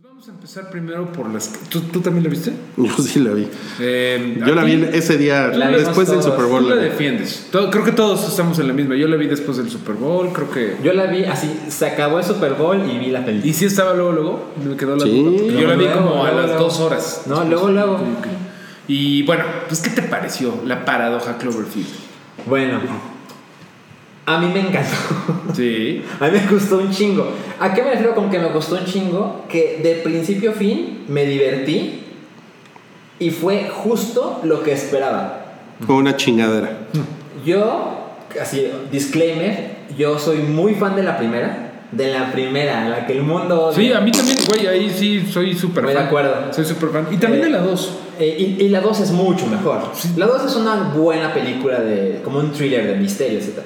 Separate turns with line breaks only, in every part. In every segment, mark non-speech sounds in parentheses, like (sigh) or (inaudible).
Vamos a empezar primero por las... ¿Tú, tú también la viste?
(laughs) Yo sí la vi.
Eh,
Yo la
aquí-
vi ese día,
La vimos
después del
todos.
Super Bowl.
Tú la
la vi.
defiendes. Todo- creo que todos estamos en la misma. Yo la vi después del Super Bowl, creo que...
Yo la vi así, se acabó el Super Bowl y vi la película.
Y sí estaba luego, luego, me quedó la
Sí.
duda, porque Yo la vi
Luego,
como a
luego,
las
luego.
dos horas.
No, luego, luego.
Y bueno, pues ¿qué te pareció la paradoja
(laughs)
Cloverfield?
Bueno, a mí me encantó. (laughs)
Sí.
A mí me gustó un chingo. ¿A qué me refiero con que me gustó un chingo? Que de principio a fin me divertí y fue justo lo que esperaba.
Fue una chingadera.
Yo, así, disclaimer, yo soy muy fan de la primera. De la primera, la que el mundo... odia.
Sí, a mí también, güey, ahí sí soy súper
Muy
fan.
de acuerdo.
Soy súper fan. Y también de la dos.
Eh, y, y la 2 es mucho mejor. La 2 es una buena película de como un thriller de misterio, etc.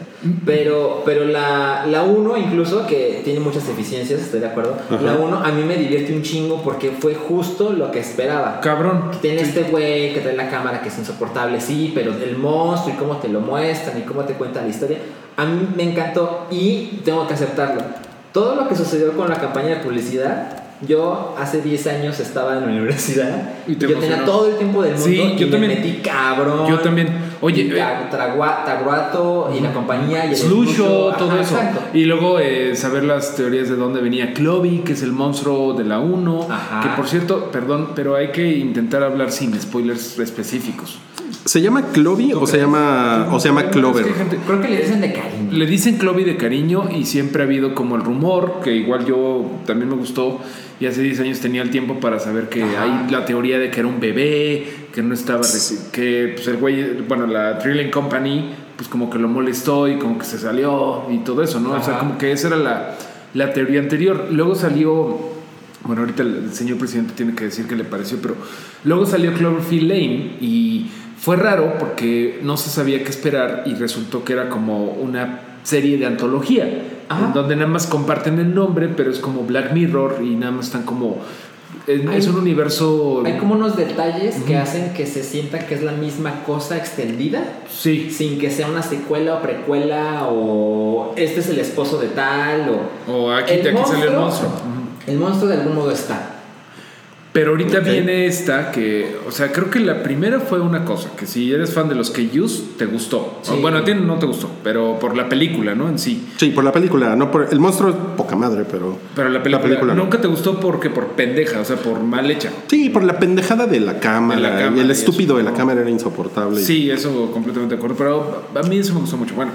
Pero, pero la 1 incluso, que tiene muchas deficiencias, estoy de acuerdo. La 1 a mí me divierte un chingo porque fue justo lo que esperaba.
Cabrón.
Tiene este güey que trae la cámara que es insoportable, sí, pero el monstruo y cómo te lo muestran y cómo te cuentan la historia, a mí me encantó y tengo que aceptarlo. Todo lo que sucedió con la campaña de publicidad, yo hace 10 años estaba en la universidad
Y
y,
te
yo tenía
emocionó.
todo el tiempo del mundo
Sí,
y
yo
me
también.
metí cabrón.
Yo también. Oye,
y
eh.
Tag- Tragua- Taguato y la compañía y el
Slusho,
Slusho,
todo
ajá,
eso.
exacto.
Y luego eh, saber las teorías de dónde venía Clovy, que es el monstruo de la 1.
Ajá.
Que por cierto, perdón, pero hay que intentar hablar sin spoilers específicos.
¿Se llama Clovy o se llama, o se llama Clover?
Es que hay gente-
Creo que le dicen de cariño.
Le dicen Clovy de cariño y siempre ha habido como el rumor, que igual yo también me gustó, y hace 10 años tenía el tiempo para saber que
Ajá.
hay la teoría de que era un bebé, que no estaba, reci- que pues el güey, bueno, la Trilling Company, pues como que lo molestó y como que se salió y todo eso, ¿no? O sea,
Ajá.
como que esa era la, la teoría anterior. Luego salió... Bueno, ahorita el señor presidente tiene que decir qué le pareció, pero luego salió Cloverfield Lane y fue raro porque no se sabía qué esperar y resultó que era como una serie de antología,
Ajá.
en donde nada más comparten el nombre, pero es como Black Mirror y nada más están como... Es,
Hay-
es un universo...
Hay como unos detalles que hacen que se sienta que es la misma cosa extendida.
Sí,
sin que sea una secuela o precuela o este es el esposo de tal o
O aquí- aquí sale el monstruo.
El monstruo de algún modo está.
Pero ahorita
Ok.
viene esta que, o sea, creo que la primera fue una cosa, que si eres fan de los que use, te gustó.
Sí.
Bueno, a ti no te gustó, pero por la película, ¿no? En sí.
Sí, por la película, no por el monstruo es poca madre, pero
Pero la película,
no.
nunca te gustó porque por pendeja, o sea, por mal hecha.
Sí, por la pendejada de la cámara,
De la cámara
y el
y
estúpido
eso,
de la
¿no?
cámara era insoportable.
Sí, eso completamente de acuerdo, pero a mí eso me gustó mucho. Bueno,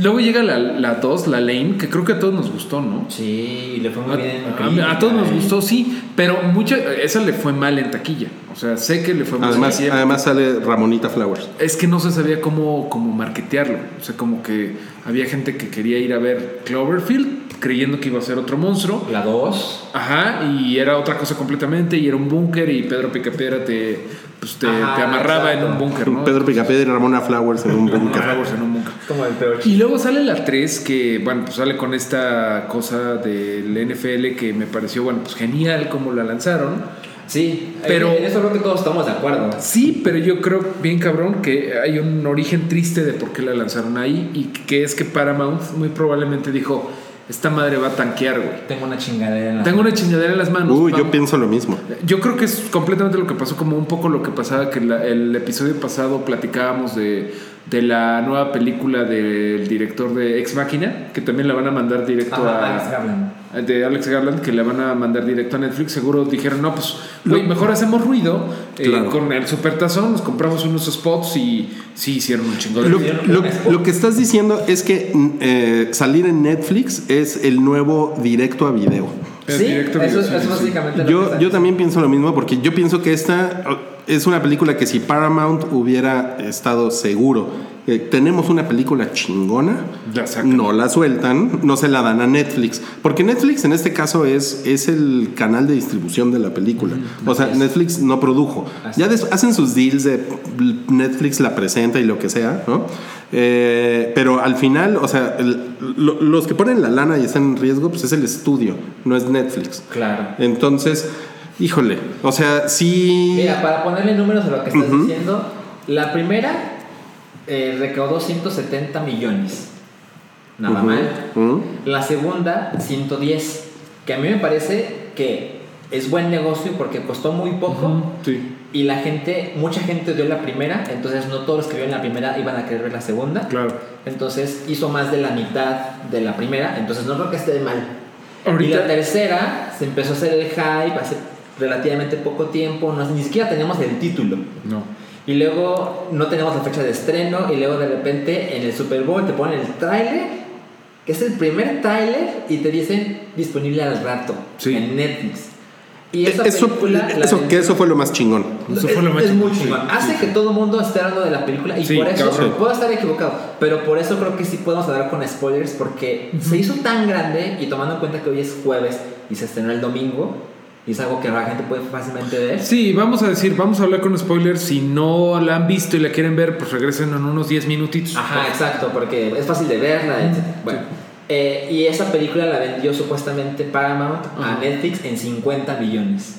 luego llega la 2, la, Lane, que creo que a todos nos gustó, ¿no?
Sí, le fue
A, a- a todos nos
¿eh?
gustó, sí, pero mucha, esa le fue mal en taquilla. O sea, sé que le fue mal
Además,
en taquilla.
además sale Ramonita Flowers.
Es que no se sabía cómo, cómo marketearlo. O sea, como que había gente que quería ir a ver Cloverfield creyendo que iba a ser otro monstruo.
La 2.
Ajá, y era otra cosa completamente, y era un búnker, y Pedro Picapiedra te, pues, te,
Ajá,
te amarraba
exacto.
en un búnker, ¿no?
Pedro Picapedra y Ramona Flowers en un búnker.
Picapiedra en un búnker.
Como el peor.
Y luego sale la 3, que bueno, pues sale con esta cosa del NFL que me pareció, bueno, pues genial como la lanzaron.
Sí,
Pero-
pero en eso creo que todos estamos de acuerdo.
Sí, pero yo creo, bien cabrón, que hay un origen triste de por qué la lanzaron ahí y que es que Paramount muy probablemente dijo, esta madre va a tanquear, güey.
Tengo una chingadera en la
Tengo una chingadera en las manos.
Uy, yo
vamos".
pienso lo mismo.
Yo creo que es completamente lo que pasó, como un poco lo que pasaba, que la- el episodio pasado platicábamos de, de la nueva película del director de Ex Máquina, que también la van a mandar directo
Ajá,
a...
Alex Garland.
eh, de Alex Garland que la van a mandar directo a Netflix, seguro dijeron, no, pues, güey, mejor hacemos ruido eh,
Claro.
con el supertazón, nos compramos unos spots y sí hicieron un chingón.
Lo, lo- lo que estás diciendo es que mm, eh, salir en Netflix es el nuevo directo a video.
Es
Sí,
Eh, directo a
eso,
video, sí,
eso es
sí.
básicamente lo que
Yo,
es.
yo también pienso lo mismo porque yo pienso que esta oh, es una película que si Paramount hubiera estado seguro que tenemos una película chingona,
La sacan.
no la sueltan, no se la dan a Netflix. Porque Netflix en este caso es, es el canal de distribución de la película. o sea,
así es.
Netflix no produjo.
Así
Ya des- hacen sus deals de Netflix la presenta y lo que sea, ¿no? Eh, pero al final, o sea, el- lo- los que ponen la lana y están en riesgo, pues es el estudio, no es Netflix.
Claro.
Entonces, híjole, o sea, sí.
Mira, para ponerle números a lo que estás
Ujú.
diciendo, la primera eh, recaudó 170 millones. Nada
Ujú,
mal.
ujú.
La segunda, 110. Que a mí me parece que es buen negocio porque costó muy poco
Sí,
y la gente, mucha gente dio la primera, entonces no todos los que vieron la primera iban a querer ver la segunda.
claro.
Entonces hizo más de la mitad de la primera, entonces no creo que esté mal. Y la
Ahorita,
tercera se empezó a hacer el hype hace relativamente poco tiempo, no- ni siquiera teníamos el título.
no.
Y luego no tenemos la fecha de estreno y luego de repente en el Super Bowl te ponen el tráiler, que es el primer tráiler y te dicen disponible al rato
Sí.
en Netflix. Y esa
Eso,
película, la
eso,
de-
que eso fue lo más chingón.
Eso
es,
fue lo más
es muy
chingón,
chingón.
sí,
Hace
sí,
que todo el mundo esté hablando de la película y
Sí,
por eso
cabrón.
puedo estar equivocado, pero por eso creo que sí podemos hablar con spoilers porque se hizo tan grande y tomando en cuenta que hoy es jueves y se estrenó el domingo y es algo que la gente puede fácilmente ver.
Sí, vamos a decir, vamos a hablar con spoilers. Si no la han visto y la quieren ver, pues regresen en unos 10 minutitos.
Ajá, exacto, porque es fácil de verla. etc. Bueno, eh, y esa película la vendió supuestamente Paramount a
Ajá.
Netflix en 50 billones.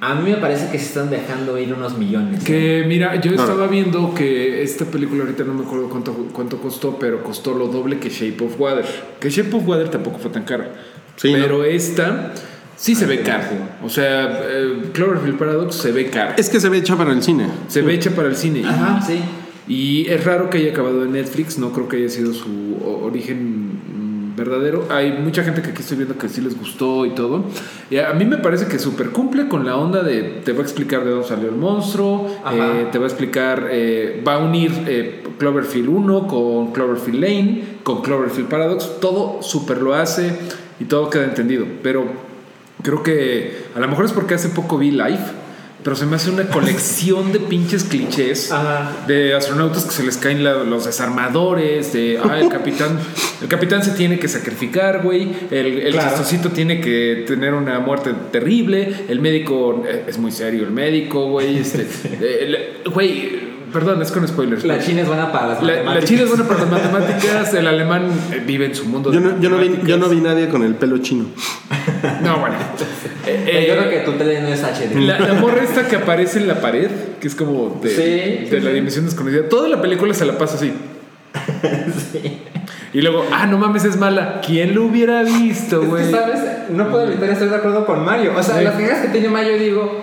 A mí me parece que se están dejando ir unos millones. ¿eh?
Que mira, yo
No, no.
estaba viendo que esta película ahorita no me acuerdo cuánto, cuánto costó, pero costó lo doble que Shape of Water. Que Shape of Water tampoco fue tan cara.
Sí,
pero esta sí se
Ah,
ve
sí,
cara.
sí.
O sea, eh, Cloverfield Paradox se ve cara.
Es que se ve hecha para el cine.
Se ve hecha para el cine.
Ajá, sí.
Y es raro que haya acabado en Netflix, no creo que haya sido su o- origen mm, verdadero. Hay mucha gente que aquí estoy viendo que sí les gustó y todo. Y a a mí me parece que súper cumple con la onda de te va a explicar de dónde salió el monstruo,
Ajá.
eh, te va a explicar, eh, va a unir eh, Cloverfield 1 con Cloverfield Lane, con Cloverfield Paradox, todo súper lo hace y todo queda entendido. Pero creo que a lo mejor es porque hace poco vi Live. Pero se me hace una colección de pinches clichés
Ajá.
de astronautas que se les caen la- los desarmadores, de ah, el capitán, el capitán se tiene que sacrificar, güey, el, el
Claro.
chistosito tiene que tener una muerte terrible, el médico eh, es muy serio, el médico, güey,
(laughs)
este, eh, el- güey, perdón, es con spoilers.
La
pero-
china es buena para las
la, la
matemáticas.
china es buena para las matemáticas, el alemán eh, vive en su mundo.
Yo
de
no, yo, no vi,
matemáticas.
yo no vi nadie con el pelo chino.
No,
(laughs)
bueno. Eh,
Eh, yo
eh,
creo que tu tele no es HD.
La, la morra esta que aparece en la pared, que es como de,
Sí,
de
sí,
la
sí.
dimensión desconocida, toda la película se la pasa así.
Sí.
Y luego, ah, no mames, es mala. ¿Quién lo hubiera visto,
Es
güey?
que, ¿sabes? No puedo evitar estar de acuerdo con Mario. O sea,
Sí.
las quejas que tiene Mario, digo,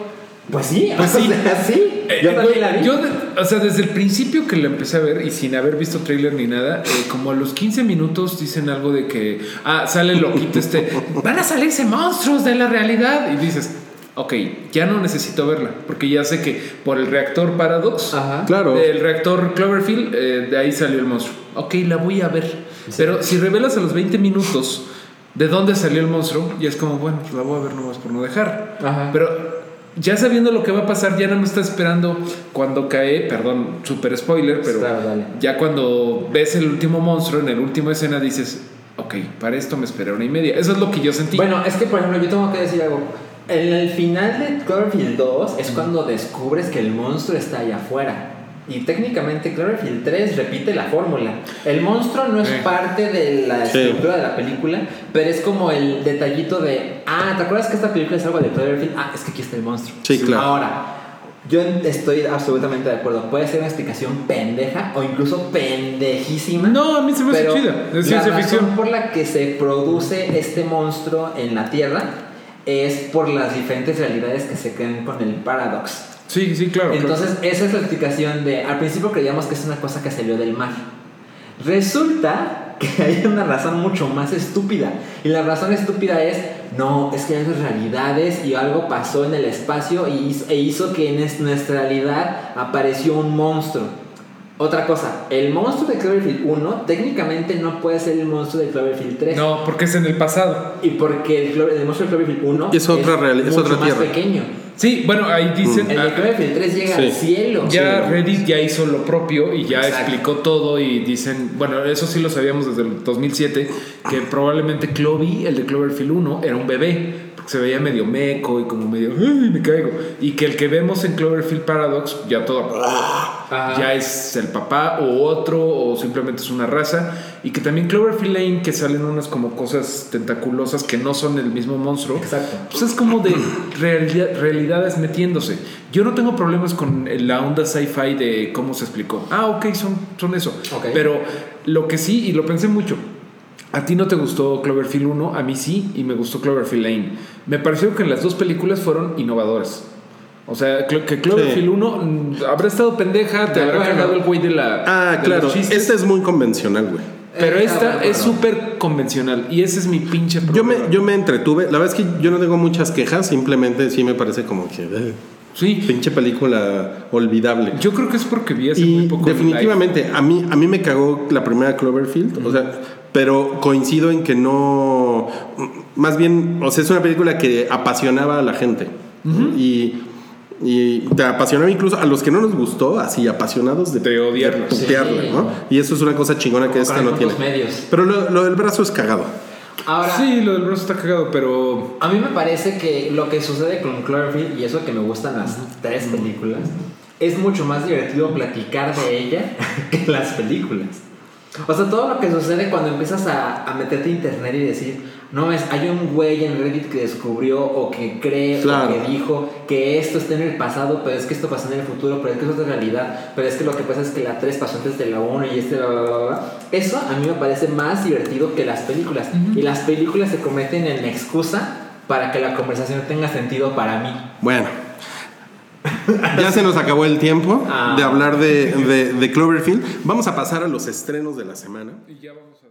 pues sí,
Pues
(laughs) o
sí.
sea, sí.
Eh,
yo
güey,
también la vi.
yo de- o sea, desde el principio que la empecé a ver y sin haber visto trailer ni nada, eh, como a los 15 minutos dicen algo de que, ah, sale el loquito este, van a salirse monstruos de la realidad. Y dices, ok, ya no necesito verla, porque ya sé que por el reactor Paradox,
Ajá.
Claro.
del reactor Cloverfield, eh, de ahí salió el monstruo. Ok, la voy a ver. Pero si revelas a los 20 minutos de dónde salió el monstruo, y es como, bueno, pues la voy a ver nomás por no dejar.
Ajá.
Pero ya sabiendo lo que va a pasar, ya no me está esperando cuando cae, perdón, super spoiler, pero
Claro, dale.
ya cuando ves el último monstruo en el último escena dices, ok, para esto me esperé una y media. Eso es lo que yo sentí.
Bueno, es que por ejemplo, yo tengo que decir algo. En el final de Cloverfield 2 es cuando descubres que el monstruo está allá afuera. Y técnicamente Cloverfield 3 repite la fórmula. El monstruo no es
Sí.
parte de la
Sí.
estructura de la película, pero es como el detallito de, ah, ¿te acuerdas que esta película es algo de Cloverfield? Ah, es que aquí está el monstruo.
Sí, claro.
Ahora, yo estoy absolutamente de acuerdo. Puede ser una explicación pendeja o incluso pendejísima.
no, a mí se me hace
Pero
chida. Es
la
ciencia
razón
ficción.
por la que se produce este monstruo en la Tierra es por las diferentes realidades que se crean con el paradox.
Sí, sí, claro. claro.
Entonces, esa es la explicación de. Al principio creíamos que es una cosa que salió del mar. Resulta que (laughs) hay una razón mucho más estúpida. Y la razón estúpida es: no, es que hay otras realidades y algo pasó en el espacio y hizo- e hizo que en es- nuestra realidad apareció un monstruo. Otra cosa, el monstruo de Cloverfield 1 técnicamente no puede ser el monstruo de Cloverfield 3.
No, porque es en el pasado.
Y porque el, Clo- el monstruo de Cloverfield 1
Es otra reali- es
mucho
otra
más
tierra.
pequeño.
Sí, bueno, ahí dicen.
Mm. El de
ah,
Cloverfield 3 llega al
Sí.
cielo.
ya
Sí.
Reddit ya hizo lo propio y ya
Exacto.
explicó todo y dicen, bueno, eso sí lo sabíamos desde el 2007, que probablemente Clovy, el de Cloverfield 1, era un bebé, porque se veía medio meco y como medio, "Ay, me caigo. Y que el que vemos en Cloverfield Paradox, ya todo,
Ajá.
ya es el papá o otro o simplemente es una raza. Y que también Cloverfield Lane, que salen unas como cosas tentaculosas que no son el mismo monstruo.
Exacto.
Pues es como de realia- realidades metiéndose. Yo no tengo problemas con la onda sci-fi de cómo se explicó. Ah, ok, son, son eso.
Ok.
Pero lo que sí, y lo pensé mucho, A ti no te gustó Cloverfield 1, a mí sí, y me gustó Cloverfield Lane. Me pareció que en las dos películas fueron innovadoras. O sea, cl- que Cloverfield
Sí.
1 mm, habrá estado pendeja, te
De
habrá
acuerdo.
cagado el güey de la. de
Ah,
los
claro.
chistes,
Esta es muy convencional, güey.
Pero
Eh,
esta
bueno,
es
bueno.
súper convencional y ese es mi pinche
Yo
problema.
me, yo me entretuve. La verdad es que yo no tengo muchas quejas. Simplemente sí me parece como que. eh,
Sí,
pinche película olvidable.
yo creo que es porque vi hace muy
Y
poco.
definitivamente, a mí, a mí me cagó la primera Cloverfield, o sea, pero coincido en que no, más bien, o sea, es una película que apasionaba a la gente. Y, y te apasionaba incluso a los que no nos gustó, así apasionados de,
De odiarla.
de putearla,
Sí.
¿no? Y eso es una cosa chingona que
Como
esta
con
no tiene.
algunos medios.
Pero lo, lo del brazo es cagado.
Live.
Ahora,
Sí, lo del brazo está cagado, pero
a mí me parece que lo que sucede con Cloverfield, y eso que me gustan las tres películas, es mucho más divertido platicar de ella (laughs) que las películas. O sea, todo lo que sucede cuando empiezas a, a meterte a internet y decir, no es, hay un güey en Reddit que descubrió o que cree
Claro.
o que dijo que esto está en el pasado, pero es que esto pasó en el futuro, pero es que eso es de realidad, pero es que lo que pasa es que la 3 pasó antes de la 1 y este, bla, bla, bla, bla. Eso a mí me parece más divertido que las películas. Y las películas se cometen en la excusa para que la conversación tenga sentido para mí.
Bueno. Ya se nos acabó el tiempo
Ah.
de hablar de, de- de Cloverfield. Vamos a pasar a los estrenos de la semana.
Y ya vamos a-